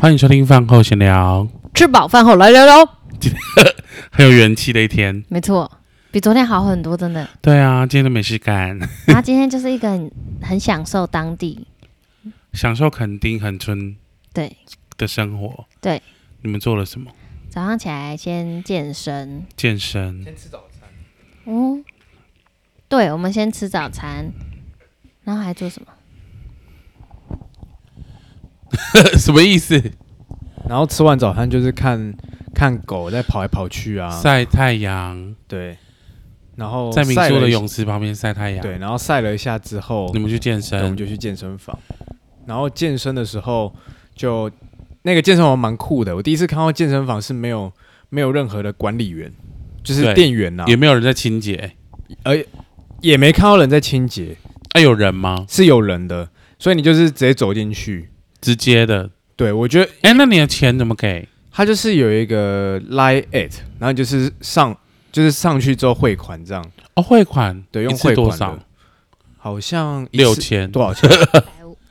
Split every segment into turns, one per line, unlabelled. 欢迎收听饭后闲聊，
吃饱饭后来聊聊。
很有元气的一天。
没错，比昨天好很多， 真的。
对啊，今天都没事干，
然后今天就是一个很很享受当地，
享受垦丁很村
对，
的生活。
对，
你们做了什么？
早上起来先健身，
健身，
嗯，对，我们先吃早餐，然后还做什么？
什么意思？
然后吃完早餐就是看看狗在跑来跑去啊，
晒太阳，
对，然后
在民
晒
宿
了
的
一
泳池旁边晒太阳。
对，然后晒了一下之后
你，们去嗯健
对我们
身，
就去健身房，然后健身的时候就那个健身房蛮酷的，我第一次看到健身房是没有没有任何的管理员，就是
对
店员呐、
也没有人在清洁。
也没看到人在清洁，
哎，有人吗？
是有人的，所以你就是直接走进去。
直接的。
对，我觉得
哎，那你的钱怎么给？
它就是有一个 line at，然后就是上就是上去之后汇款这样。
哦，汇款，
对，
一
用
次
汇款
多
的
少？
好像一次
六千。
多 少钱？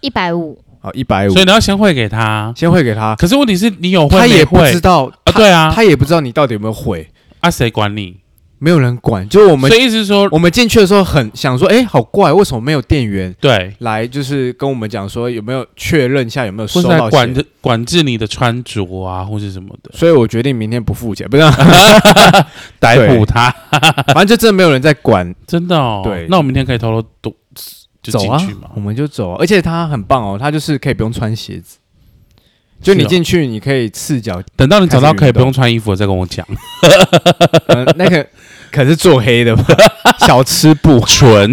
一百五，
好，一百五
所，以你要先汇给他。
先汇给他，
可是问题是你有汇
啊他
没
也不
汇
知道，
啊？对啊，
他也不知道你到底有没有汇，
啊谁管你？
没有人管。就是我们
所以意思是说，
我们进去的时候很想说，哎，好怪，为什么没有店员
对，
来，就是跟我们讲说有没有确认一下有没有
或
收
是来
到
管
钱。
制管制你的穿着啊，或是什么 的，
所以我决定明天不付钱，不 是啊，
逮捕他，
反正就真的没有人在管，
真的哦。
对
那我明天可以偷偷躲，就
走
进
啊
去嘛，。
我们就走啊。而且他很棒哦，他就是可以不用穿鞋子，就是你
哦
进去，你可以赤脚，
等到你找到可以不
开始
用
运动
穿衣服的再跟我讲。
嗯 那个可是做黑的吧， 小吃部
纯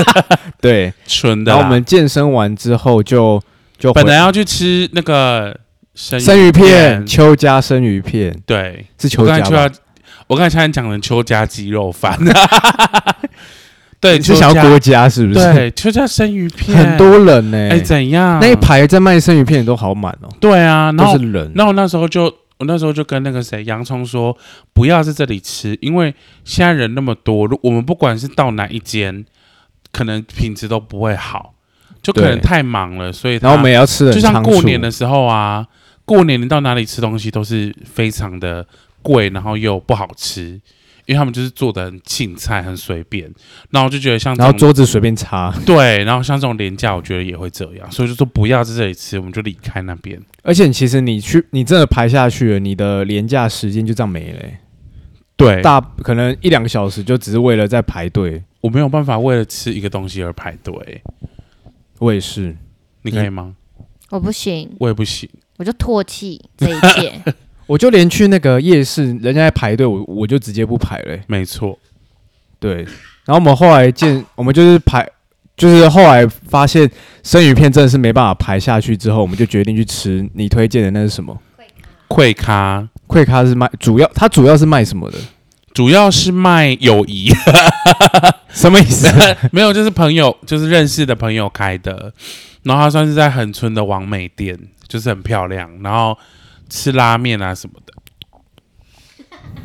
对，
纯的
然
啦，
后我们健身完之后就就回
本来要去吃那个生
生鱼片，
片，
邱家生鱼片
对，
是
我
邱
刚才
家
就
吧
要，我刚才差点讲成邱家鸡肉 饭，对，
你是
邱
想
家
要郭家是不是？
对邱家生鱼片，
很多人呢，
哎怎样？
那一排在卖生鱼片的都好满哦，
对啊，然后
都是人。
那我那时候就，我那时候就跟那个谁洋葱说，不要在这里吃，因为现在人那么多，如我们不管是到哪一间，可能品质都不会好，就可能
对
太忙了，所以他
然后我们也要吃人，
就像过年的时候啊，过年你到哪里吃东西都是非常的贵，然后又不好吃。因为他们就是做的很青菜，很随便，然后我就觉得像这
然后
种
桌子随便擦，
对，然后像这种廉价，我觉得也会这样，所以就说不要在这里吃，我们就离开那边。
而且其实你去，你真的排下去了，你的廉价时间就这样没了欸、
对，
大可能一两个小时就只是为了在排队。
我没有办法为了吃一个东西而排队，
我也是，
你可以吗？
我不行，
我也不行。
我就唾弃这一 切。
我就连去那个夜市，人家在排队，我我就直接不排了欸、
没错，
对，然后我们后来见，我们就是排，就是后来发现生鱼片真的是没办法排下去，之后我们就决定去吃你推荐的那是什么？
溃咖
溃咖是卖主要，它主要是卖什么的？
主要是卖友谊，
什么意思？
没有就是朋友，就是认识的朋友开的，然后它算是在恒春的王美店，就是很漂亮，然后吃拉面啊什么的。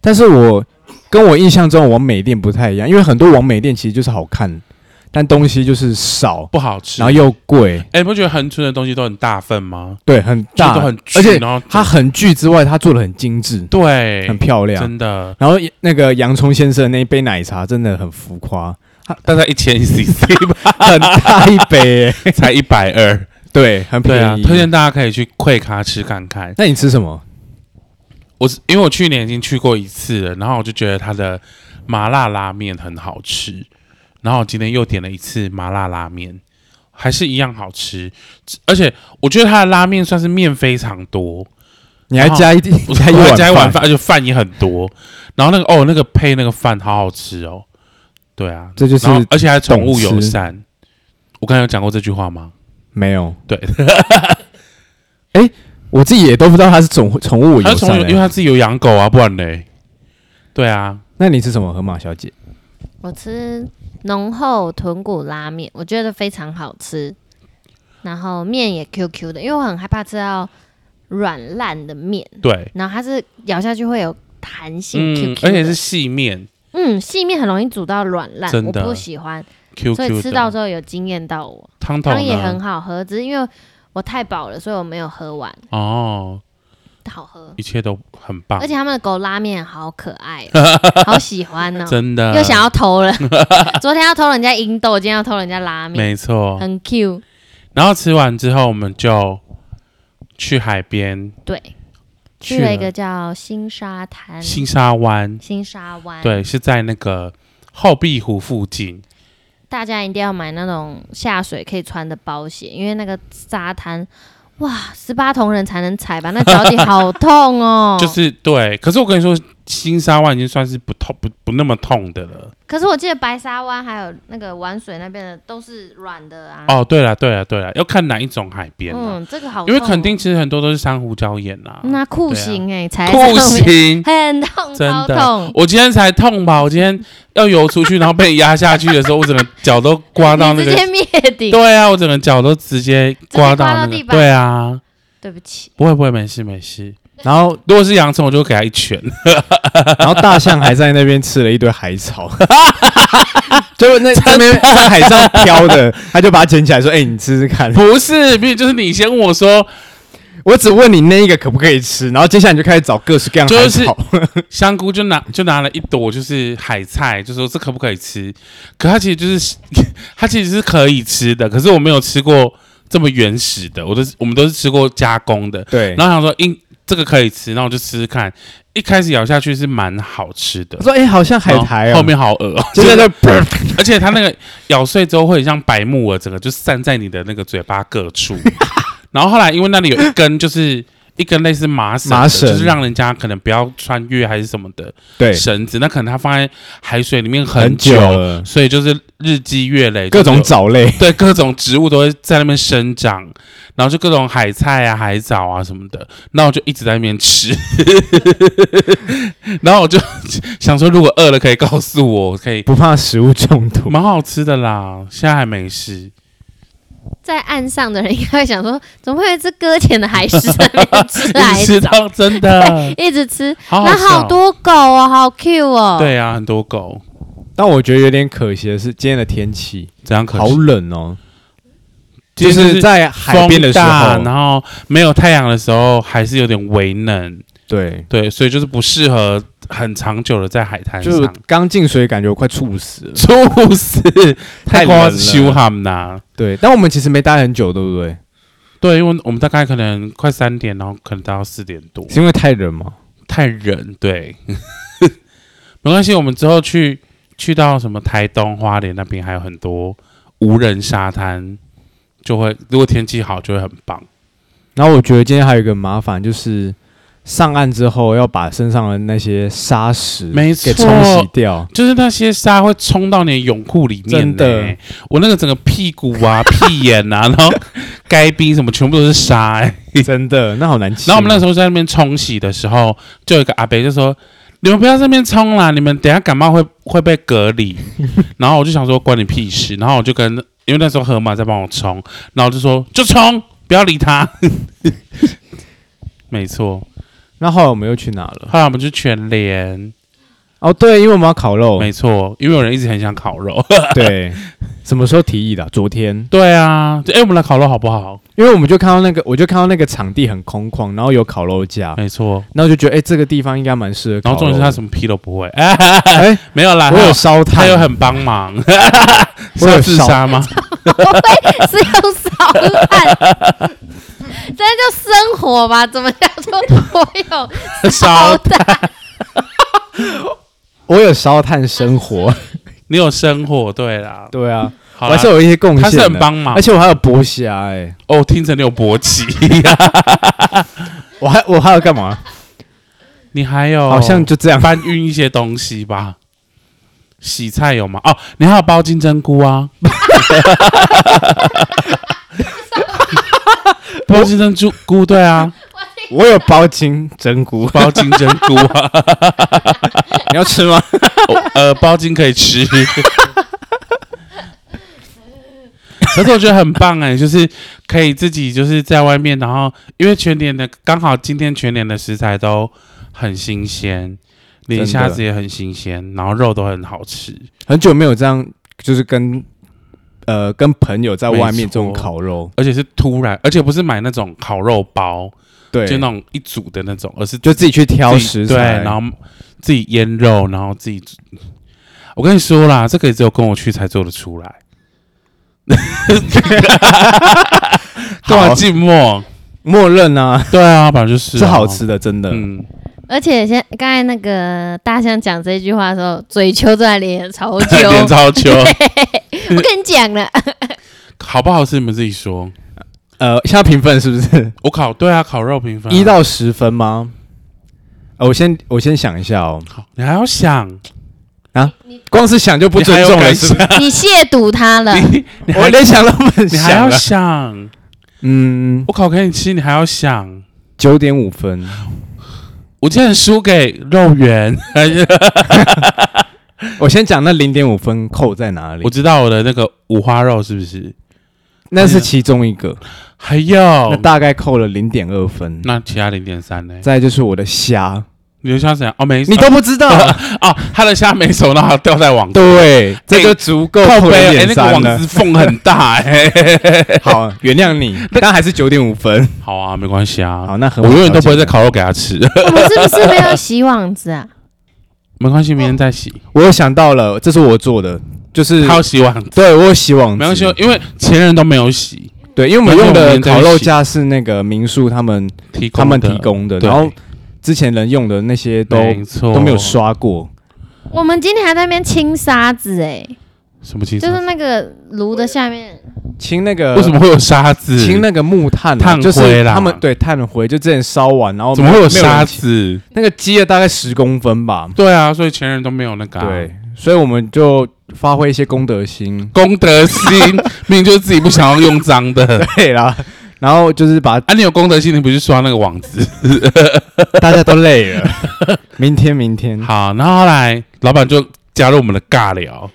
但是我跟我印象中的王美店不太一样，因为很多王美店其实就是好看，但东西就是少，
不好吃。
然后又贵，
哎，你不觉得恒春的东西都很大份吗？
对，很大，
就都很巨，
而且
然后
它很巨之外，它做的很精致，
对，
很漂亮。
真的，
然后那个洋葱先生的那一杯奶茶真的很浮夸，
大概一千 CC 吧，
很大一杯、 欸，
才一百二。
对，很
对啊
便，宜。
推荐大家可以去溃咖吃看看。
那你吃什么？
我是因为我去年已经去过一次了，然后我就觉得它的麻辣拉面很好吃，然后我今天又点了一次麻辣拉面，还是一样好吃，而且我觉得它的拉面算是面非常多，
你还加一
我
加一碗
加一碗
饭，
饭，而且饭也很多，然后那个哦那个配那个饭好好吃哦，对啊，
这就是
然后而且还宠物友
懂吃
善，我刚才有讲过这句话吗？
没有？
对，
哎、我自己也都不知道它是宠宠物
他
友
宠
善、
物，因为
欸。
他自己有养狗啊，不然嘞，对啊，
那你吃什么？河马小姐，
我吃浓厚豚骨拉面，我觉得非常好吃，然后面也 QQ 的，因为我很害怕吃到软烂的面，
对，嗯
然后它是咬下去会有弹性 QQ，、
而且是细面。
嗯，细面很容易煮到软烂，
真
我
的
不喜欢，
QQ
所
的
以吃到之后有惊艳到我。
汤头
汤也
呢
很好喝，只是因为我太饱了，所以我没有喝完，
哦，
好喝。
一切都很棒
而，且他们的狗拉面好可爱哦、 好喜欢哦、
真的。
又想要偷了。 昨天要偷人家银豆，今天要偷人家拉面，
没错。
很 Q。
然后吃完之后，我们就去海边，
对，
去
去了一个叫新沙滩、
新沙湾，
新沙湾，，
对，是在那个后壁湖附近。。
大家一定要买那种下水可以穿的包鞋，因为那个沙滩。哇，十八铜人才能踩吧？那脚底好痛 哦
就是对，可是我跟你说，新沙湾已经算是不痛不不那么痛的了。
可是我记得白沙湾还有那个玩水那边的都是软的啊。
哦，对了对了对了，要看哪一种海边啊、
嗯，这个好
因
痛哦、
为垦丁其实很多都是珊瑚礁岩啊。
那酷刑哎、踩在
酷
上面
刑，
很 痛，
真
超
的
痛。
我今天才痛吧？我今天要游出去，然后被压下去的时候，我整个脚都刮到那
你
个
直。接灭顶。
对啊，我整个脚都直接刮
直接刮到
到那
地
个。
板
对啊，
对不起，
不会不会，没事没事。
然后
如果是洋葱，我就给他一 拳。
然后大象还在那边吃了一堆海草， 就是 那这边在海上飘的，他就把它捡起来说：“哎、你吃吃看。
不是，不是，就是你先问我说，”
我只问你那一个可不可以吃，然后接下来你就开始找各式各样的海草。
香菇就拿就拿了一朵，就是海菜，就说这可不可以吃？可它其实就是 它其实是可以吃的，可是我没有吃过这么原始的，我都是我们都是吃过加工的。
对，
然后想说，应这个可以吃，那我就吃吃看。一开始咬下去是蛮好吃的
我，说：“哎、好像海苔
然
哦。”
后后面好恶、哦，
就在那，
而且它那个咬碎之后会很像白木耳，整个就散在你的那个嘴巴各 处。然后后来因为那里有一根就是。一根类似麻绳的，
麻绳
就是让人家可能不要穿越还是什么的，
对
绳子，那可能它放在海水里面很
很久了
所以就是日积月累，
各种
就是
藻类，
对各种植物都会在那边生长，然后就各种海菜啊、海藻啊什么的，那我就一直在那边吃， 然后我就想说，如果饿了可以告诉我，可以
不怕食物中毒。
蛮好吃的啦，现在还没吃，
在岸上的人应该会想说，怎么会有一只搁浅的海狮在那边啊吃 海
一直吃
藻，，
到真的
一直吃，
好
那
好吃
好
哦、
多狗哦，好 Q 哦。，
对啊，很多狗，
但我觉得有点可惜的是，今天的天气
怎样可
好
惜
冷哦，
今
就
天
是在海边的时
风大
候，
然后没有太阳的时候还是有点微冷。
对，
对，所以就是不适合很长久的在海滩
就是
上。
刚进水，感觉我快猝死了。
猝死，
太冷
夸
了
修汗呐。
对，但我们其实没待很久，对不对？
对，因为我们大概可能快三点，然后可能到四点多，
是因为太冷吗？
太冷。 对，没关系，我们之后去去到什么台东、花莲那边，还有很多无人沙滩，就会如果天气好就会很棒。
然后我觉得今天还有一个麻烦，就是上岸之后要把身上的那些沙石
没
给
错
冲洗掉。
就是那些沙会冲到你的泳裤里面、
真的，
我那个整个屁股啊、 屁眼啊，然后该冰什么，全部都是沙、欸。
真的， 那好难清。啊
然后我们那时
候
候在那边冲洗的时候，就有一个阿伯就说：“你们不要在那边冲啦，你们等一下感冒会会被隔 离。”然后我就想说关你屁事，然后我就跟因为那时候河马在帮我冲，然后我就说就冲，不要理他。 没错，
那后来我们又去哪了？
后来我们就全连，
哦，对，因为我们要烤肉。
没错，因为有人一直很想烤肉。
对，什么时候提议的啊、昨天，
对啊，就哎、我们来烤肉好不好？
因为我们就看到那个，我就看到那个场地很空旷，然后有烤肉架，
没错，
然后就觉得哎、这个地方应该蛮适合
嗯
烤
然
肉
后重
的。
点是他什么屁都不会，哎、
哎、
没有啦，
我
他
有
有
烧炭，
他有很帮忙，
我
是
有
要自
烧
杀吗？
是用烧炭，这叫生活吧？怎么叫做我有
烧
炭？
我有烧炭生 活。
你有生活，对啦，
对啊，我
好啦
还是有一些贡献的。
他是很啊帮忙
而，且我还有剥虾哎，
哦，听成你有勃 起，
我还我还要干嘛？
你还有
好像就这样。
搬运一些东西吧。洗菜有吗？哦，你还有包金针菇啊， 包金针菇菇对啊，
我有包金针菇，
包金针菇啊，
你要吃吗？
哦呃，包金可以吃。可是我觉得很棒哎、就是可以自己就是在外面，然后因为全年的刚好今天全年的食材都很新鲜，
真的
连虾子也很新鲜，然后肉都很好吃。
很久没有这样，就是跟呃跟朋友在外面这种
没错
烤肉，
而且是突然，而且不是买那种烤肉包，
对，
就那种一组的那种，而是
就自己去挑
自己
食
对，
材，
然后自己腌肉，然后自己煮。我跟你说啦，这个也只有跟我去才做得出来。 干嘛
好
寂寞？
默认啊
对啊，反正就是、
是好。吃的，真的。
嗯，
而且现刚才那个大象讲这句话的时候，嘴丘在脸超 久，
连超秋，
我跟你讲了，
好不好吃你们自己说。
呃，现在评分是不是
我烤对啊，烤肉评分啊
一到十分吗？呃我先我先想一下哦，
好，你还要想，
光是想就不尊重了，是不是？
你亵渎 他了。
你你
我
还
连想都不
你还要
想了。啊
想，
嗯，
我烤给你吃，你还要想。
九点五分，
我竟然输给肉 圆，
我先讲那零点五分扣在哪里
我？知道我的那个五花肉是不是？
那是其中一个，
还有
那大概扣了零点二分。
那其他零点三呢？
再就是我的虾，
你的虾怎样？哦，没，
你都不知道，
哦，他的虾没熟，然后掉在网
对，这就足够
靠
扣
背
零
了，哎，
点
那个
三
网
了
子。缝很大， 哎，
好，原谅你， 但还是九点五分。
好啊，没关系啊，
好，那很
我
好
永远都不会
了
再
解
烤肉给他 吃，
我们是不是没有洗网子啊？
没关系，明天再洗，
我有想到了，这是我做的，就是嗯
他要洗碗，
对我有洗网
没关系
子，，
因为前人都没有洗，
对，因为我们用
没
的
有
烤肉架是那个民宿他们
提供
他们
的
提供的，
对
然后之前人用的那些都
没错
都没有刷过，
我们今天还在那边清沙子哎、
什么清
就
扫，
是那个炉的下面，
清那个
为什么会有沙子？
清那个木炭啊
炭灰
就是
啦
他们对炭灰，就之前烧完然后
怎么会有
没人
沙
清？
子？
那个积了大概十公分吧，
对啊，所以前人都没有那个啊
对，所以我们就发挥一些公 德心，
公德心，明明就是自己不想要用脏 的。
对啦，然后就是把
啊，你有公德心，你不去刷那个网子？
大家都累 了，明天明天，
好，然后后来老板就加入我们的尬聊，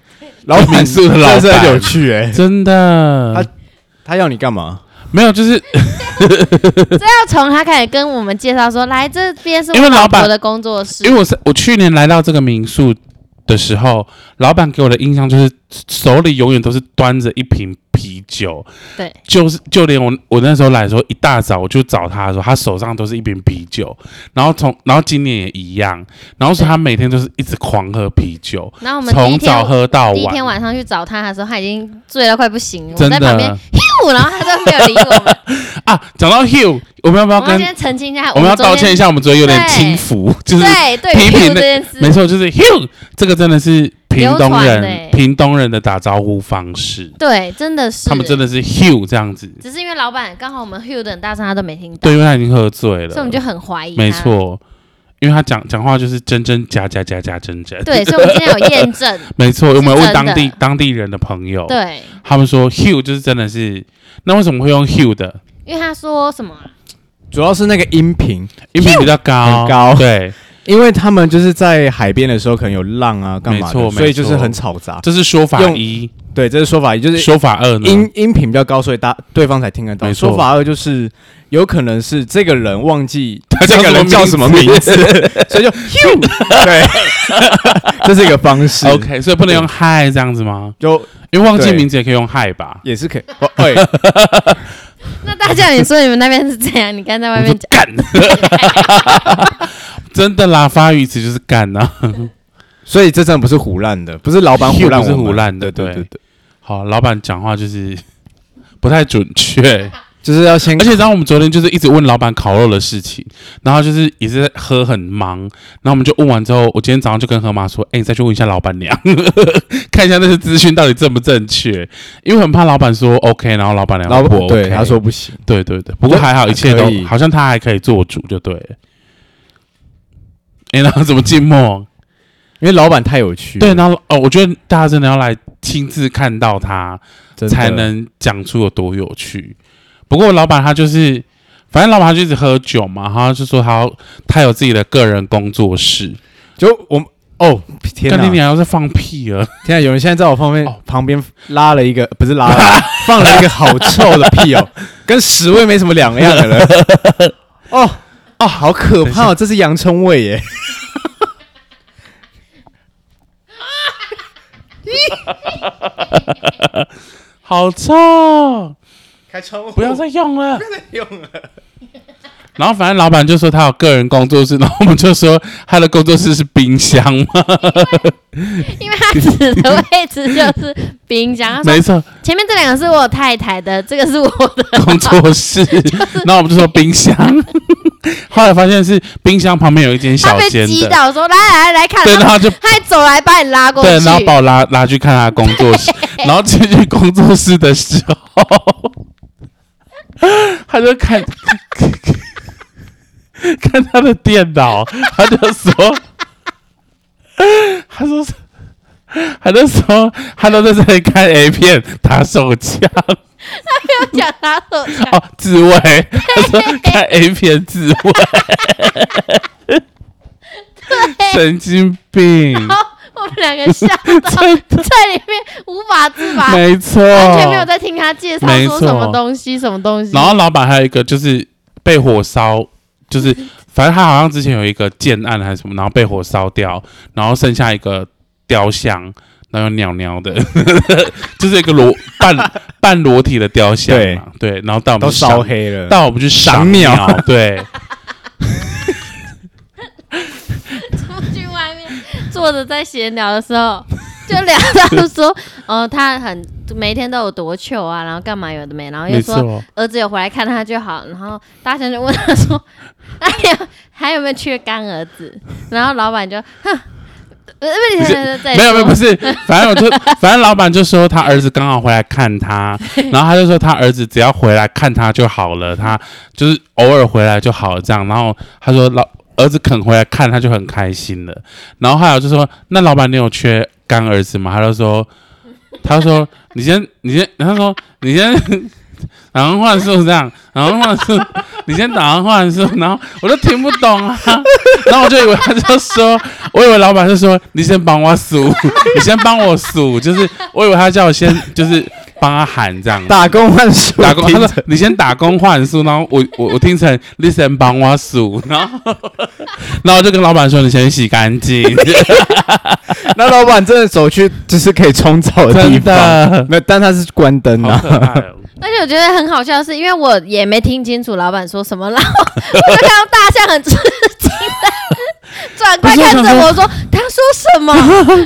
老板
民宿的 老板
真是很有趣哎、
真的
他要你干嘛？
没有，就是
要从他开始跟我们介绍说，来这边是
因为
我老
老板
婆的工作室
因，为我是我去年来到这个民宿的时候，老板给我的印象就是手里永远都是端着一瓶啤酒，
对，
就是就连我我那时候来的时候，一大早我就找他的时候，他手上都是一瓶啤酒，然后从然后今年也一样，然后说他每天都是一直狂喝啤酒，
然后我们第一
从
天
早喝到
第一天
晚，
晚上去找他的时候，他已经醉到快不行了，我
真
在旁边
的
咻，然后他都没有理我们。
啊！讲到 Hugh，我们要不
我
要
们要
跟
先澄清一下，
我们要
昨天
道歉一，下，我们昨天有点
对
轻浮， 就是
对对
批
于
评
Hugh
那
这件
没
事，
错，就是 Hugh，这个真的是屏
流
东
传
人、
的欸
屏东人的打招呼方式，
对，真的是
他们真的是 Hugh 这样子，
只是因为老板刚好我们 Hugh 的很大声，他都没听到，
对，因为他已经喝醉了，
所以我们就很怀疑。
没，错，因为他讲讲话就是真真假假假假真真，
对，所以我们今天有验证，
没错，我们问
是真的
当地当地人的朋友，
对，
他们说 Hugh 就是真的是，那为什么会用 Hugh 的？
因为他说什么啊，
主要是那个音频，
音频比较高，
很高
对，
因为他们就是在海边的时候可能有浪啊，干嘛
没错
的，
没错
所以就是很嘈杂。
这是说法
用
一，
对，这是说法一，就是
说法二呢？
音音频比较高，所以大对方才听得到。
没错
说法二就是有可能是这个人 忘记
他叫
这个人叫什
什
么
么
名
名
字，所以就 对， 这是一个方式。
OK，所以不能用嗨这样子吗？
就
因为忘记
对
名字也可以用嗨吧？
也是可以，哦喂，
那大家你说你们那边是怎样？你刚在外面 讲，
真的啦，发语词就是干啊呐、
所以这真的不是胡乱的，不是老板胡乱我
不是
们，
胡乱的
对
对
对对，
好，老板讲话就是 不太准确，
就是要先
而且然后我们昨天就是一直问老板烤肉的事情，然后就是也是喝很忙，然后我们就问完之后，我今天早上就跟河马说，哎、你再去问一下老板娘， 看一下那些资讯到底正不正确，因为很怕老板说 OK，然后老板娘
老
不 OK,
对他说不行。
对对对，不过还好，一切
还
都
可以
好像他还可以做主就对了。哎、然后怎么静默？
因为老板太有趣了，
对，然后哦，我觉得大家真的要来亲自看到他，
真的
才能讲出有多有趣。不过老板他就是，反正老板他就一直喝酒嘛，然后他就说他要他有自己的个人工作室。
就我们哦，天
干你
哪！
娘，要是放屁了！
天哪！啊有人现在在我旁边、
哦
旁边拉了一个，不是拉 了，放了一个好臭的屁 哦，跟屎味没什么两样的了。 哦哦，好可怕、哦！这是洋葱味耶。
好臭，
开窗户，
不要再用了。
用了。
然后反正老板就说他有个人工作室，然后我们就说他的工作室是冰箱嘛，
因为他指的位置就是冰箱。他说
没错，
前面这两个是我太太的，这个是我的
工作室。然后我们就说冰 箱，后来发现是冰箱旁边有一间
他
小
被
间
击
的，
倒说来来来看，
对，
然
然
后
后就
他还走来把你拉过去，
对，然后把我拉拉去看他的工作 室，然后进去工作室的时候，他就看 看他的电脑，他就说，他说，他就说他都在这里看 A 片打手枪
他讲他手枪，
哦，自慰，他说看 A 片自慰， 神经病，
然后我们两个笑到在里面无法自拔，
没错，
完全没有在听他介绍
没
说
错
什么东西什么东西。
然后老板还有一个就是被火烧，就是反正他好像之前有一个建案还是什么，然后被火烧掉，然后剩下一个雕像，然后有鸟鸟的， 就是一个裸半半裸体的雕像嘛，对，然后带我们
都
去
烧
赏，
黑了。
带我们去赏
赏鸟
鸟，对，
出去外面坐着在闲聊的时候， 就聊到说， 哦，他很每天都有多糗啊，然后干嘛有的没，然后又
没
说
错，
儿子有回来看他就好，然后大神就问他说， 那你有还有没有缺干儿子？然后老板就，哼，呃不
不是
再再
没有没有不
说
是，反正我 就反正老板就说他儿子刚好回来看他，然后他就说他儿子只要回来看他就好了，他就是偶尔回来就好了这样。然后他说老儿子肯回来看他就很开心了。然后还有就说那老板你有缺干儿子吗？他就说他说你先你先，他说你先。 然后换数这样，然后换数， 你先打完换数，然后我就听不懂啊， 然后我就以为他就说，我以为老板就说你先帮我数， 你先帮我数，就是我以为他叫我先就是帮他喊这样，
打工换数，
打工，他说你先打工换数，然后我我我听成 listen 帮我数，然后 然后我就跟老板说你先洗干净，
那老板真的走去就是可以冲澡的啊地
真
方，
的，
没有，但他是关 灯
好
啊。
可爱 哦。
而且我觉得很好笑的是，因为我也没听清楚老板说什么，然后我就看到大象很吃惊的转过来看着我说：“他说什么？”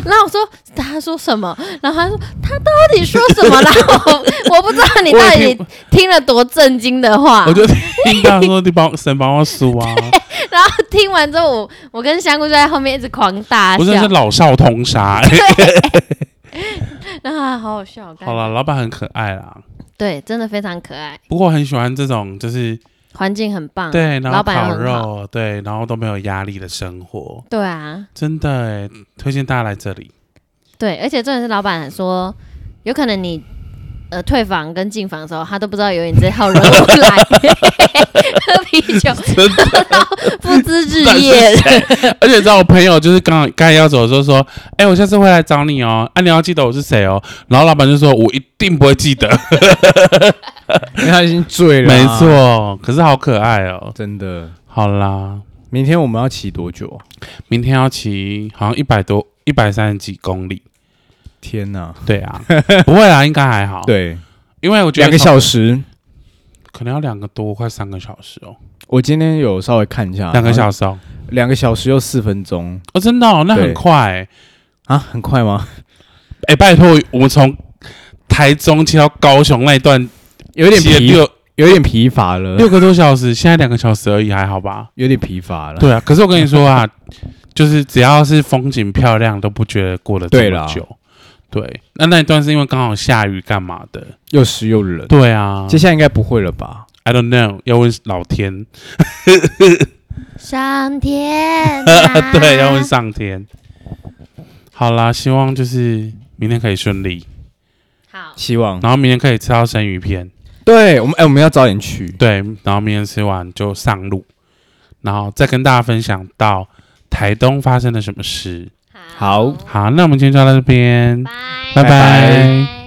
然后我说：“他说什么？”然后他说：“他到底说什么？”然后我我不知道你到
我也
底听了多震惊的话
我。就听到说你帮神帮我数啊，
然后听完之后，我我跟香菇就在后面一直狂大
不是
笑
是，老少通杀。
然后还好好笑。
好了，
了，
老板很可爱啦。
对，真的非常可爱，
不过我很喜欢这种，就是
环境很棒，
对，然后
嗯老板
烤
也很好，
肉，对，然后都没有压力的生活，
对啊。
真的欸，推荐大家来这里。
对，而且重点是老板说，有可能你呃退房跟进房的时候，他都不知道有你这号人物来喝啤酒，喝到不知日夜。
而且你知道我朋友就是刚刚刚要走的时候说，哎、我下次会来找你哦，啊，你要记得我是谁哦。然后老板就说，我一定不会记得，
因为他已经醉了、啊
没，错。可是好可爱哦。
真的。
好啦，
明天我们要骑多久啊？
明天要骑好像一百多、一百三十几公里。
天哪！
对啊，不会啊，应该还好。，
对，
因为我觉得
两个
从
小时。
可能要两个多，快三个小时哦，
我今天有稍微看一下，
两个
时，
小时哦。
两个小时又四分钟
哦，真的哦，那很
对
快欸、
啊，很快吗？
哎、拜托，我们从台中骑到高雄那一段，
有点
骑了
疲，
六
有点疲乏了，
六个多小时，现在两个小时而已，还好吧？
有点疲乏了。
对啊，可是我跟你说啊， 就是只要是风景漂亮，都不觉得过了这
对
么
啦
久。对，那那一段是因为刚好下雨干嘛的？
又湿又冷。
对啊
接下来应该不会了吧？
，I don't know，要问老天，，
上天、啊
对，要问上天。好啦，希望就是明天可以顺利，
嗯
好，
希望。
然后明天可以吃到生鱼片，
对我们，哎、我们要早点去。
对，然后明天吃完就上路，然后再跟大家分享到台东发生了什么事。
好
好，那我们今天就到这边，
拜
拜
拜
拜。